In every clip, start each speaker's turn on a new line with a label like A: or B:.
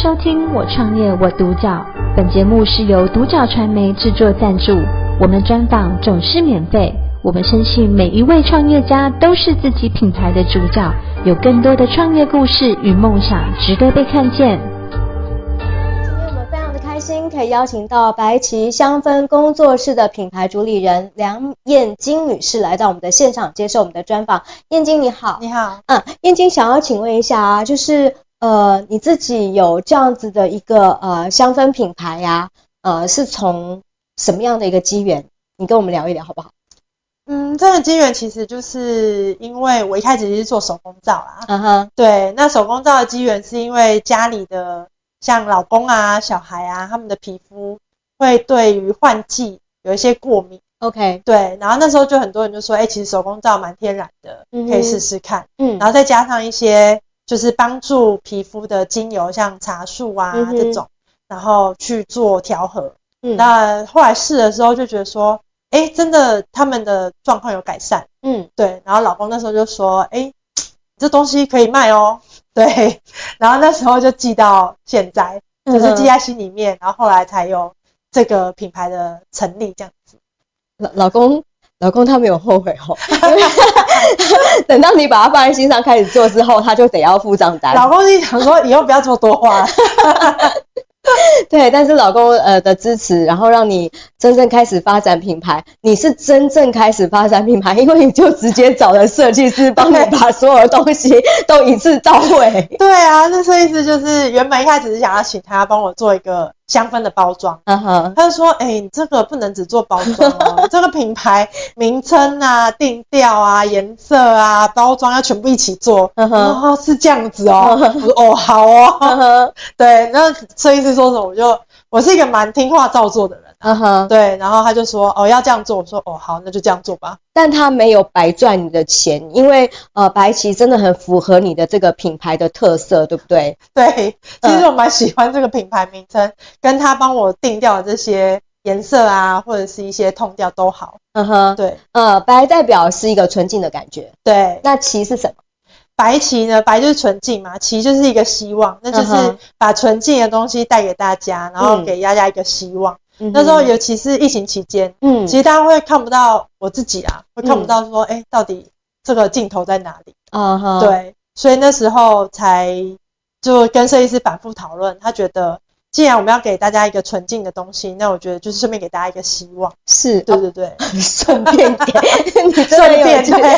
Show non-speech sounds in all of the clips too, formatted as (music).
A: 收听《我创业我独角》，本节目是由独角传媒制作赞助，我们专访总是免费。我们深信每一位创业家都是自己品牌的主角，有更多的创业故事与梦想值得被看见。
B: 今天我们非常的开心，可以邀请到白旗香氛工作室的品牌主理人梁燕京女士来到我们的现场接受我们的专访。燕京你好，
C: 你好，
B: 嗯，燕京想要请问一下啊，就是呃你自己有这样子的一个呃香氛品牌呀、呃是从什么样的一个机缘？你跟我们聊一聊好不好？
C: 嗯，这个机缘其实就是因为我一开始是做手工皂啦，
B: 嗯哼，
C: 对，那手工皂的机缘是因为家里的像老公啊、小孩啊，他们的皮肤会对于换季有一些过敏，
B: ，OK，
C: 对，然后那时候就很多人就说，哎、其实手工皂蛮天然的，
B: 嗯哼
C: 可以试试看，
B: 嗯
C: 然后再加上一些就是帮助皮肤的精油，像茶树啊、
B: 嗯哼
C: 这种，然后去做调和，
B: 嗯
C: 那后来试的时候就觉得说，哎、真的他们的状况有改善。
B: 嗯
C: 对，然后老公那时候就说：“哎，这东西可以卖哦。” (laughs) 对，然后那时候就寄到现在，
B: 嗯
C: 就是记在心里面，然后后来才有这个品牌的成立，这样子。
B: 老老公，老公他没有后悔哦，因
C: (laughs)
B: 为等到你把它放在心上开始做之后，他就得要付账单。
C: 老公就想说：“以后不要这么多话。
B: 对，但是老公呃的支持，然后让你真正开始发展品牌，你是真正开始发展品牌，因为你就直接找了设计师帮你把所有的东西都一次到位”。
C: 对啊，那设计师就是原本一开始是想要请他帮我做一个香氛的包装，
B: 嗯哼，
C: 他就说：“哎，你这个不能只做包装哦，这个品牌名称啊、定调啊、颜色啊、包装要全部一起做。”
B: 嗯哼，
C: 哦，是这样子哦。我说哦，好哦。
B: 嗯哼，
C: 对，那设计师说什么，我就我是一个蛮听话照做的人。
B: 嗯哼，
C: 对，然后他就说哦要这样做，我说哦好，那就这样做吧。
B: 但他没有白赚你的钱，因为呃白旗真的很符合你的这个品牌的特色，对不对？
C: 对，其实
B: 嗯
C: 我蛮喜欢这个品牌名称，跟他帮我定掉的这些颜色啊，或者是一些痛调都好。
B: 嗯哼，
C: 对
B: 呃，白代表是一个纯净的感觉，
C: 对，
B: 那旗是什么？
C: 白旗呢，白就是纯净嘛，旗就是一个希望，那就
B: 嗯
C: 是
B: 哼
C: 把纯净的东西带给大家，然后
B: 嗯
C: 给大家一个希望。
B: 嗯哼
C: 那时候尤其是疫情期间，
B: 嗯
C: 其实大家会看不到我自己啊，会看不到说，哎、到底这个镜头在哪里？
B: 啊哈，
C: 对，所以那时候才就跟设计师反复讨论，他觉得既然我们要给大家一个纯净的东西，那我觉得就是顺便给大家一个希望。
B: 是，
C: 对
B: 哦
C: 对对，
B: 顺便 (laughs) 给你真
C: 顺
B: 的有
C: 便
B: 去
C: 对。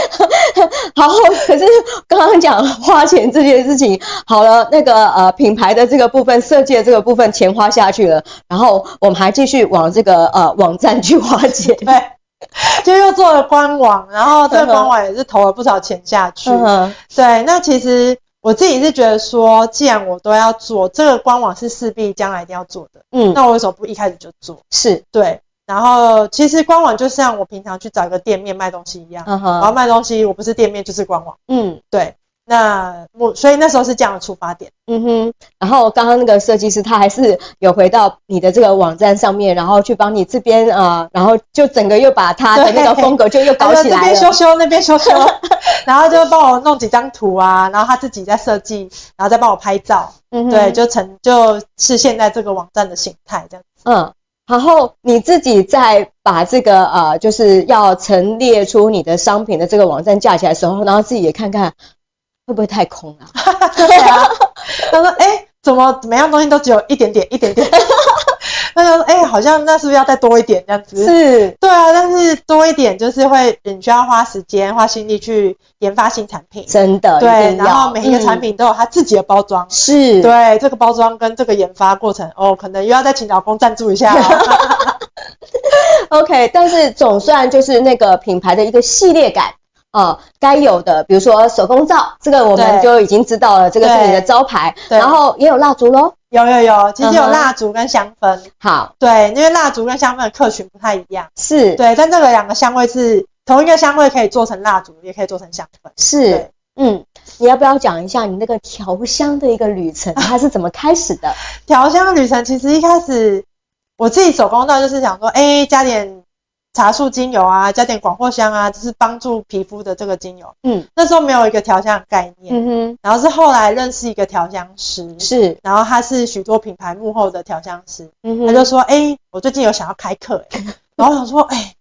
B: 好，可是刚刚讲花钱这件事情，好了，那个呃品牌的这个部分、设计的这个部分钱花下去了，然后我们还继续往这个呃网站去花钱。
C: 对， (laughs) 就又做了官网，然后这个官网也是投了不少钱下去。
B: 嗯哼，
C: 对，那其实我自己是觉得说，既然我都要做，这个官网是势必将来一定要做的，
B: 嗯，
C: 那我为什么不一开始就做？
B: 是，
C: 对，然后其实官网就像我平常去找一个店面卖东西一样，
B: 嗯
C: 我要
B: 哼，
C: 卖东西，我不是店面就是官网。
B: 嗯
C: 对，那我所以那时候是这样的出发点。
B: 嗯哼。然后刚刚那个设计师他还是有回到你的这个网站上面，然后去帮你这边呃，然后就整个又把他的那个
C: 对
B: 风格就又搞
C: 他
B: 起
C: 就这
B: 来
C: (laughs) 边修
B: 了。
C: 哎修，那边修修，然后就帮我弄几张图啊，然后他自己在设计，然后再帮我拍照，
B: 嗯哼
C: 对，就成就是现在这个网站的形态这样。
B: 嗯，然后你自己再把这个呃，就是要陈列出你的商品的这个网站架起来的时候，然后自己也看看会不会太空
C: (laughs)
B: 了、啊。
C: 对啊， (laughs) 他说哎、怎么每样东西都只有一点点一点 (laughs) 点？他就说哎、好像那是不是要再多一点这样子？
B: 是，
C: 对啊，但是多一点就是会，嗯你需要花时间、花心力去研发新产品。
B: 真的，一
C: 对，
B: 定要
C: 然后每一个
B: 嗯
C: 产品都有它自己的包装。
B: 是，
C: 对，这个包装跟这个研发过程，哦，可能又要再请老公赞助一
B: (laughs)
C: 下、哦。
B: OK，但是总算就是那个品牌的一个系列感。呃，该有的，比如说手工皂，这个我们
C: 对
B: 就已经知道了，这个是你的
C: 对
B: 招牌。
C: 对
B: 然后也有蜡烛喽。
C: 有有有，其实有
B: 嗯哼
C: 蜡烛跟香
B: 嗯
C: 氛。
B: 好，
C: 对，因为蜡烛跟香氛的客群不太一样。
B: 是，
C: 对，但这个两个香味是同一个香味，可以做成蜡烛，也可以做成香氛。
B: 是
C: 对，
B: 嗯，你要不要讲一下你那个调香的一个旅
C: (laughs)
B: 程，它是怎么开始的？
C: 调香旅程其实一开始我自己手工皂就是想说，哎，加点茶树精油啊，加点广藿香啊，就是帮助皮肤的这个精油。 (laughs)
B: 嗯
C: 那时候没有一个调香的概念，
B: 嗯哼，
C: 然后是后来认识一个调香师，
B: 是，
C: 然后他是许多品牌幕后的调香师，
B: 嗯
C: 他就说：“哎、我最近有想要开课、
B: (laughs)
C: 哎然后我想说：“哎、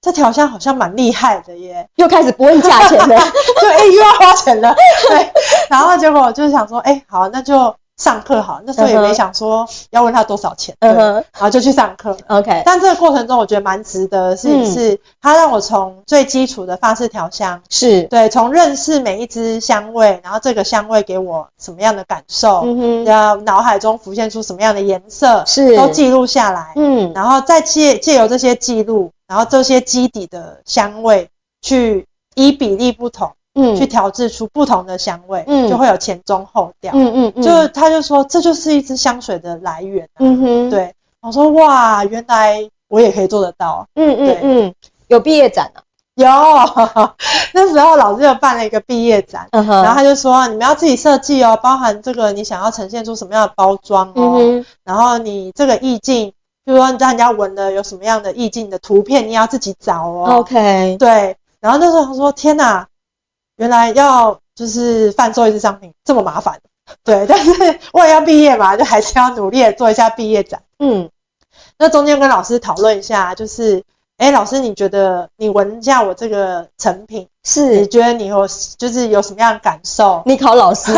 C: 这调香好像蛮厉害的耶，
B: 又开始不问价钱了，
C: (laughs) 就哎、又要花钱
B: (laughs)
C: 了。”对，然后结果就是想说：“哎、好，那就上课好。”那时候也
B: 嗯
C: 没
B: 哼
C: 想说要问他多少钱，对
B: 嗯哼
C: 然后就去上课了。
B: ，OK，
C: 但这个过程中，我觉得蛮值得，是、
B: 嗯
C: 是他让我从最基础的发式调香，
B: 是，
C: 对，从认识每一支香味，然后这个香味给我什么样的感受，
B: 嗯哼，
C: 然后脑海中浮现出什么样的颜色，
B: 是
C: 都记录下来，
B: 嗯，
C: 然后再借借由这些记录，然后这些基底的香味，去依比例不同、
B: 嗯
C: 去调制出不同的香味，
B: 嗯
C: 就会有前中后调。
B: 嗯嗯嗯，
C: 就他就说这就是一支香水的来源、啊。
B: 嗯哼，，
C: 对，我说哇，原来我也可以做得到。
B: 嗯嗯嗯，有毕业展啊，
C: 有， (laughs) 那时候老师又办了一个毕业展，
B: 嗯哼，
C: 然后他就说你们要自己设计哦，包含这个你想要呈现出什么样的包装哦，
B: 嗯哼，
C: 然后你这个意境，就是说让人家闻了有什么样的意境的图片，你要自己找哦。
B: ，OK，
C: 对，然后那时候他说天哪，原来要就是贩售一支商品这么麻烦。对，但是 (laughs) 我也要毕业嘛，就还是要努力地做一下毕业展。
B: 嗯
C: 那中间跟老师讨论一下，就是，哎，老师，你觉得你闻一下我这个成品，你
B: 是。
C: 觉得你有就是有什么样的感受？
B: 你考老 (laughs) 师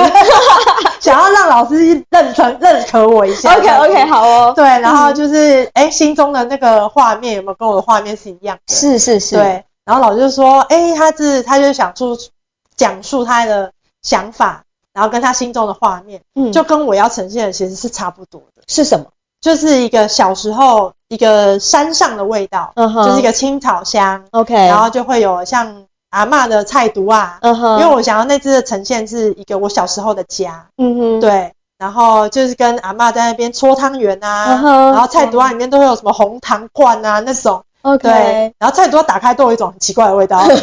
C: 想要让老师认可认可我一下
B: ，OK
C: (laughs)
B: OK，。好哦，
C: 对，然后就是，哎，心中的那个画面有没有跟我的画面是一样的？
B: 是是是，
C: 对，然后老师就说，哎，他是他就想述讲述他的想法，然后跟他心中的画面，
B: 嗯，
C: 就跟我要呈现的其实是差不多的，
B: 是什么？
C: 就是一个小时候一个山上的味道，
B: 嗯哼，
C: 就是一个青草香，
B: OK，
C: 然后就会有像阿嬷的菜毒啊，
B: 嗯哼，
C: 因为我想要那只的呈现是一个我小时候的家，
B: 嗯哼，
C: 对，然后就是跟阿嬷在那边搓汤圆啊
B: 嗯，哼
C: 然后菜毒啊里面都会有什么红糖罐啊那种，
B: ，OK，
C: 对，然后菜毒啊打开都有一种很奇怪的
B: (laughs)
C: 味道，对，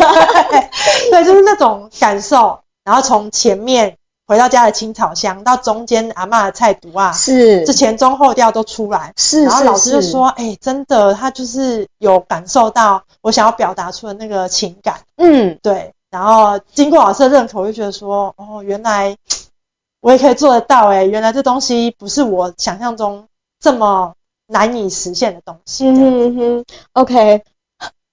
C: 对就是那种感受，然后从前面回到家的青草香到中间阿嬷的菜毒啊，
B: 是
C: 这前中后调都出来，
B: 是，
C: 然后
B: 是
C: 老师就是说：“哎、真的，他就是有感受到我想要表达出的那个情感，
B: 嗯，
C: 对。然后经过老师的认可，我就觉得说，哦，原来我也可以做得到、哎，原来这东西不是我想象中这么难以实现的东西。
B: 嗯
C: 这样。
B: 哼嗯哼，OK，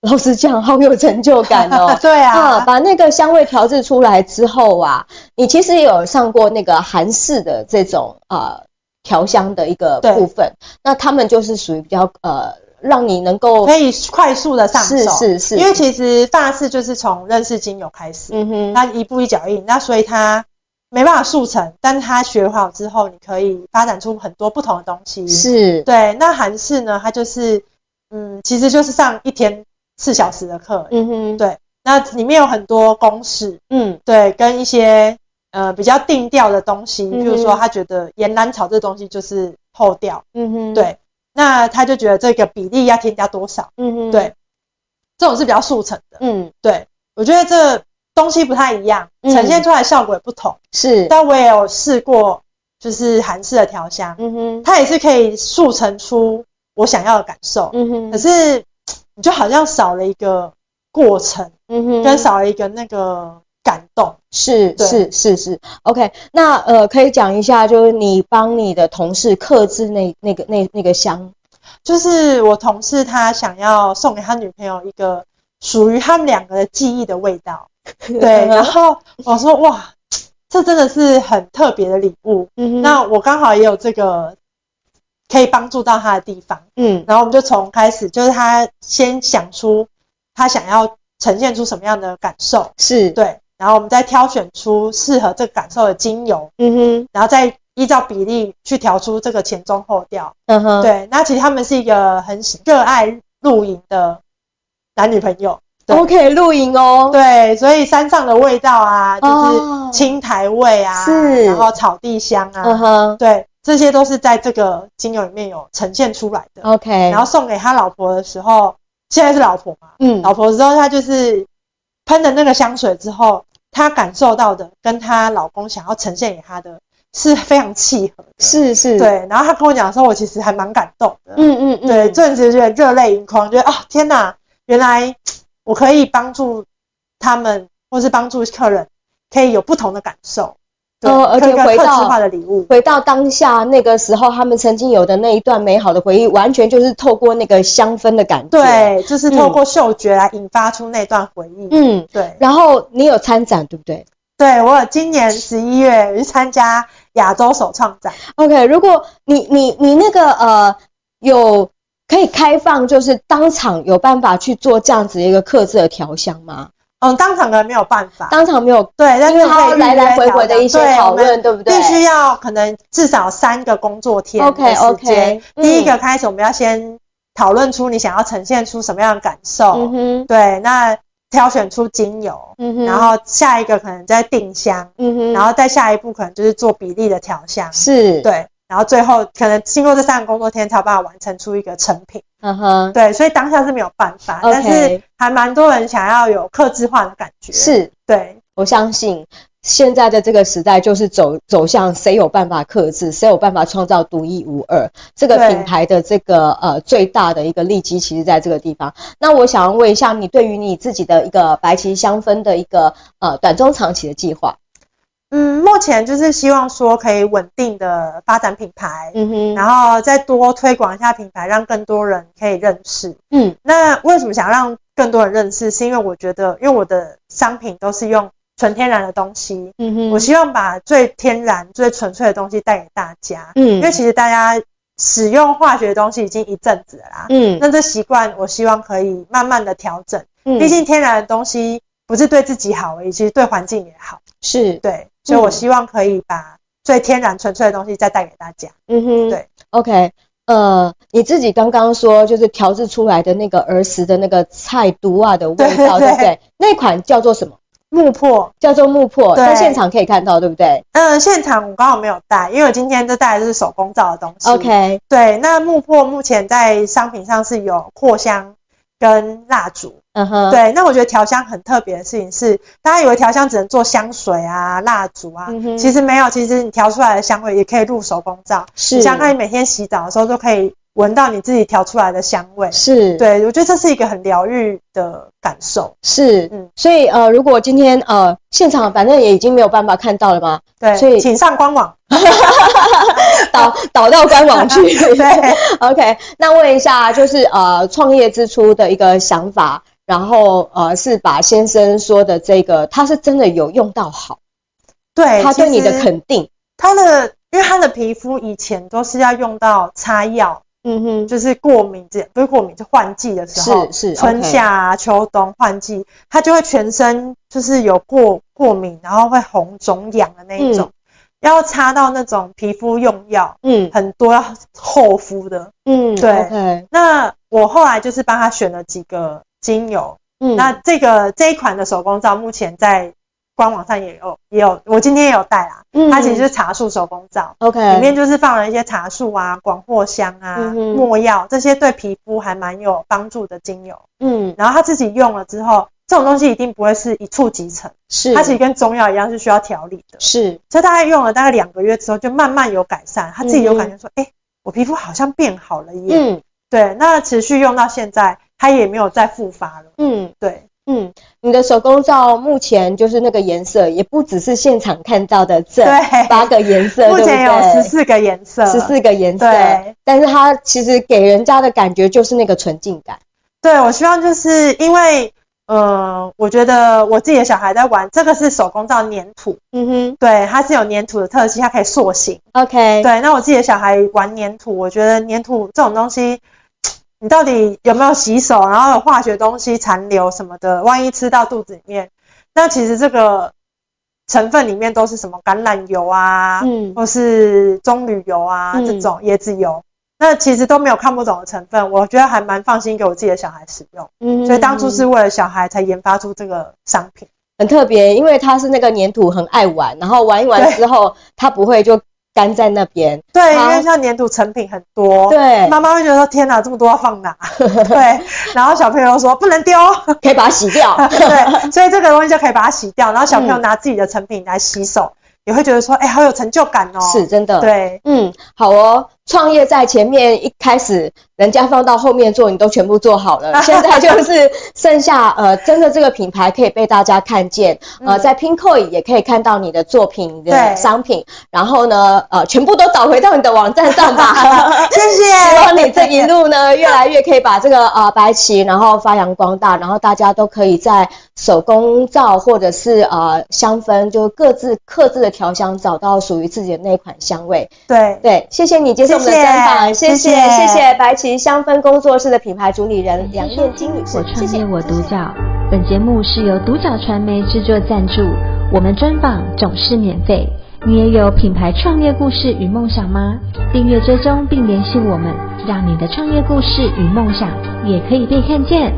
B: 老师这样好有成就感哦
C: 对啊，
B: 啊，把那个香味调制出来之后啊，你其实也有上过那个韩式的这种呃调香的一个
C: 对
B: 部分，那他们就是属于比较呃，让你能够
C: 可以快速的上手，
B: 是是是，
C: 因为其实发式就是从认识精油开始，
B: 嗯哼，
C: 它一步一脚印，那所以它。没办法速成，但它学好之后，你可以发展出很多不同的东西。
B: 是
C: 对，那韩式呢，它就是，嗯，其实就是上一天四小时的课，
B: 嗯哼，
C: 对那里面有很多公式，
B: 嗯
C: 对，跟一些呃比较定调的东西，比如说
B: 嗯哼
C: 他觉得岩兰草这东西就是后调，
B: 嗯哼，，
C: 对，那他就觉得这个比例要添加多少，
B: 嗯哼，
C: 对，，这种是比较速成的，
B: 嗯
C: 对，我觉得这东西不太一样，
B: 嗯
C: 呈现出来的效果也不同，
B: 是，
C: 但我也有试过，就是韩式的调香，
B: 嗯哼，
C: 它也是可以速成出我想要的感受，
B: 嗯哼，
C: 可是你就好像少了一个过程，
B: 嗯哼，
C: 跟少了一个那个感动。
B: 是
C: 对
B: 是是是，OK，那呃，可以讲一下，就是你帮你的同事克制那那个那那个香，
C: 就是我同事他想要送给他女朋友一个属于他们两个的记忆的味道，
B: (laughs)
C: 对。
B: 嗯
C: 然后我说哇，这真的是很特别的礼物。
B: 嗯哼
C: 那我刚好也有这个可以帮助到他的地方，
B: 嗯
C: 然后我们就从开始就是他先想出他想要呈现出什么样的感受，
B: 是，
C: 对，然后我们再挑选出适合这个感受的精油，
B: 嗯哼，
C: 然后再依照比例去调出这个前中后调。
B: 嗯哼，，
C: 对，那其实他们是一个很喜热爱露营的男女朋友。对
B: OK，露营哦，，
C: 对，所以山上的味道啊，就是
B: 哦
C: 青苔味啊，
B: 是
C: 然后草地香啊，
B: 嗯哼
C: 对，这些都是在这个精油里面有呈现出来的。
B: ，OK，
C: 然后送给他老婆的时候，现在是老婆嘛，
B: 嗯
C: 老婆之后，她就是喷了那个香水之后，她感受到的跟她老公想要呈现给她的是非常契合的。
B: 是是，，
C: 对，然后她跟我讲的时候，我其实还蛮感动的。
B: 嗯嗯嗯，
C: 对，，顿时觉得热泪盈眶，觉得啊、天哪，原来我可以帮助他们，或是帮助客人，可以有不同的感受。对，
B: 哦而且
C: 可以有
B: 回
C: 个
B: 到
C: 客制化的礼物，
B: 回到当下那个时候，他们曾经有的那一段美好的回忆，完全就是透过那个香氛的感觉。，
C: 对，就是透
B: 嗯
C: 过嗅觉来引发出那段回忆。
B: 嗯。
C: 对，
B: 然后你有参展对不对
C: 对我有今年十一月去参加亚洲首创展，
B: ？OK，如果你你你那个呃有可以开放，就是当场有办法去做这样子一个克制的调香吗？
C: 嗯，当场可能没有办法，
B: 当场没有
C: 对，但
B: 因为
C: 是我可以
B: 它
C: 预约
B: 来来回回的一些
C: 聊聊
B: 讨
C: 对我
B: 论，
C: 们
B: 对不对？
C: 必须要可能至少三个工作天的
B: OK，OK，
C: 时间。
B: 嗯
C: 第一个开始，我们要先讨论出你想要呈现出什么样的感受，
B: 嗯哼，
C: 对，那挑选出精油，
B: 嗯哼，
C: 然后下一个可能再定香，
B: 嗯哼，
C: 然后再下一步可能就是做比例的调香，
B: 是，，
C: 对，然后最后可能经过这三个工作天才有办法完成出一个成品。
B: 嗯哼，
C: 对，所以当下是没有办法
B: OK
C: 但是还蛮多人想要有克制化的感觉。，
B: 是
C: 对，
B: 我相信现在的这个时代就是走走向谁有办法克制，谁有办法创造独一无二。这个
C: 对
B: 品牌的这个呃最大的一个利基，其实在这个地方。那我想问一下，你对于你自己的一个白旗香氛的一个呃短中长期的计划？
C: 嗯，目前就是希望说可以稳定的发展品牌，
B: 嗯哼，
C: 然后再多推广一下品牌，让更多人可以认识。
B: 嗯
C: 那为什么想让更多人认识？是因为我觉得，因为我的商品都是用纯天然的东西，
B: 嗯哼，
C: 我希望把最天然、最纯粹的东西带给大家。
B: 嗯
C: 因为其实大家使用化学的东西已经一阵子了啦，
B: 嗯
C: 那这习惯我希望可以慢慢的调整。
B: 嗯
C: 毕竟天然的东西不是对自己好而已，其实对环境也好。
B: 是
C: 对，
B: 嗯
C: 所以我希望可以把最天然纯粹的东西再带给大家。
B: 嗯哼，
C: 对
B: ，OK，呃，你自己刚刚说就是调制出来的那个儿时的那个菜毒啊的味道，
C: 对
B: 对不对？那款叫做什么？
C: 木破，
B: 叫做木破，
C: 对
B: 在现场可以看到，对不对
C: 嗯，现场我刚好没有带，因为我今天就带的是手工皂的东西。
B: ？OK，
C: 对，那木破目前在商品上是有扩香跟蜡烛。
B: 嗯哼，，
C: 对，那我觉得调香很特别的事情是，大家以为调香只能做香水啊、蜡烛啊，
B: 嗯哼
C: 其实没有，其实你调出来的香味也可以入手工皂。
B: 是
C: 你想想看，你每天洗澡的时候都可以闻到你自己调出来的香味。
B: 是，，
C: 对，我觉得这是一个很疗愈的感受。
B: 是，
C: 嗯
B: 所以呃，如果今天呃现场反正也已经没有办法看到了嘛，
C: 对，
B: 所以
C: 请上官网。
B: 导导到官网去。
C: (laughs) 对，
B: OK，那问一下，就是呃，创业之初的一个想法，然后呃，是把先生说的这个，他是真的有用到好，(laughs)
C: 对，
B: 他对你的
C: 其实
B: 肯定，
C: 他的，因为他的皮肤以前都是要用到擦药，
B: 嗯哼，
C: 就是过敏这不是过敏，就换季的时候，
B: 是是
C: 春
B: OK
C: 夏啊、秋冬换季，他就会全身就是有过过敏，然后会红肿痒的那一种，要擦到那种皮肤用药
B: 嗯
C: 很多要厚敷的。
B: 嗯，
C: 对
B: ，OK，
C: 那我后来就是帮他选了几个精油，
B: 嗯，
C: 那这个这一款的手工皂目前在官网上也有也有，我今天也有带啦。
B: 嗯
C: 它其实就是茶树手工皂，
B: OK，
C: 里面就是放了一些茶树啊、广藿香啊、
B: 嗯哼
C: 没药这些对皮肤还蛮有帮助的精油。
B: 嗯
C: 然后他自己用了之后，这种东西一定不会是一触即成，
B: 是，
C: 它其实跟中药一样是需要调理的。
B: 是
C: 所以大概用了大概两个月之后，就慢慢有改善，他自己有感觉说，哎、我皮肤好像变好了耶。
B: 嗯
C: 对，那持续用到现在，它也没有再复发了。
B: 嗯
C: 对。
B: 嗯，你的手工皂目前就是那个颜色，也不只是现场看到的这
C: 对
B: 八个颜色，
C: (laughs) 目前有
B: 对不对
C: 十四个颜色，
B: 十四个颜色
C: 对，
B: 但是它其实给人家的感觉就是那个纯净感。
C: 对我希望就是因为，呃，我觉得我自己的小孩在玩这个是手工皂粘土，
B: 嗯
C: 对，它是有粘土的特性，它可以塑形。
B: 哼，OK，
C: 对，那我自己的小孩玩粘土，我觉得粘土这种东西，你到底有没有洗手，然后有化学东西残留什么的，万一吃到肚子里面，那其实这个成分里面都是什么橄榄油啊，
B: 嗯
C: 或是棕榈油啊、
B: 嗯
C: 这种椰子油，那其实都没有看不懂的成分，我觉得还蛮放心给我自己的小孩使用，
B: 嗯
C: 所以当初是为了小孩才研发出这个商品。
B: 很特别，因为它是那个粘土很爱玩，然后玩一玩之后，它不会就干在那边。
C: 对，因
B: 好
C: 为像粘土成品很多， (laughs)
B: 对
C: 妈妈会觉得说天哪，这么多要
B: (laughs)
C: 放哪？对，然后小朋友说不能丢， (laughs)
B: 可以把它洗掉。
C: 对，所以这个东西就可以把它洗掉，然后小朋友
B: 嗯
C: 拿自己的成品来洗手，也会觉得说，哎，好有成就感哦。
B: (laughs) 是，真的。
C: 对，
B: 嗯，好哦。创业在前面一开始人家放到后面做，你都全部做好
C: (laughs)
B: 了。现在就是剩下呃，真的这个品牌可以被大家看见，呃，
C: 嗯
B: 在 Pinkoi 也可以看到你的作品、你的
C: 对
B: 商品，然后呢，呃，全部都导回到你的网站上
C: (laughs)
B: 吧。 (laughs)
C: 谢谢。
B: 希望你这一路呢，越来越可以把这个呃白旗，然后发扬光大，然后大家都可以在手工皂或者是呃香氛，就各自各自的调香，找到属于自己的那一款香味。
C: (laughs) 对，
B: 对，谢谢你接受我们的
C: 谢谢
B: 专访，谢谢
C: 谢谢
B: 谢谢白旗香氛工作室的品牌主理人梁燕金女士
A: 嗯我，
B: 谢
A: 创
B: 谢
A: 业我
B: 谢谢
A: 独角。本节目是由独角传媒制作赞助，我们专访总是免费。你也有品牌创业故事与梦想吗？订阅追踪并联系我们，让你的创业故事与梦想也可以被看见。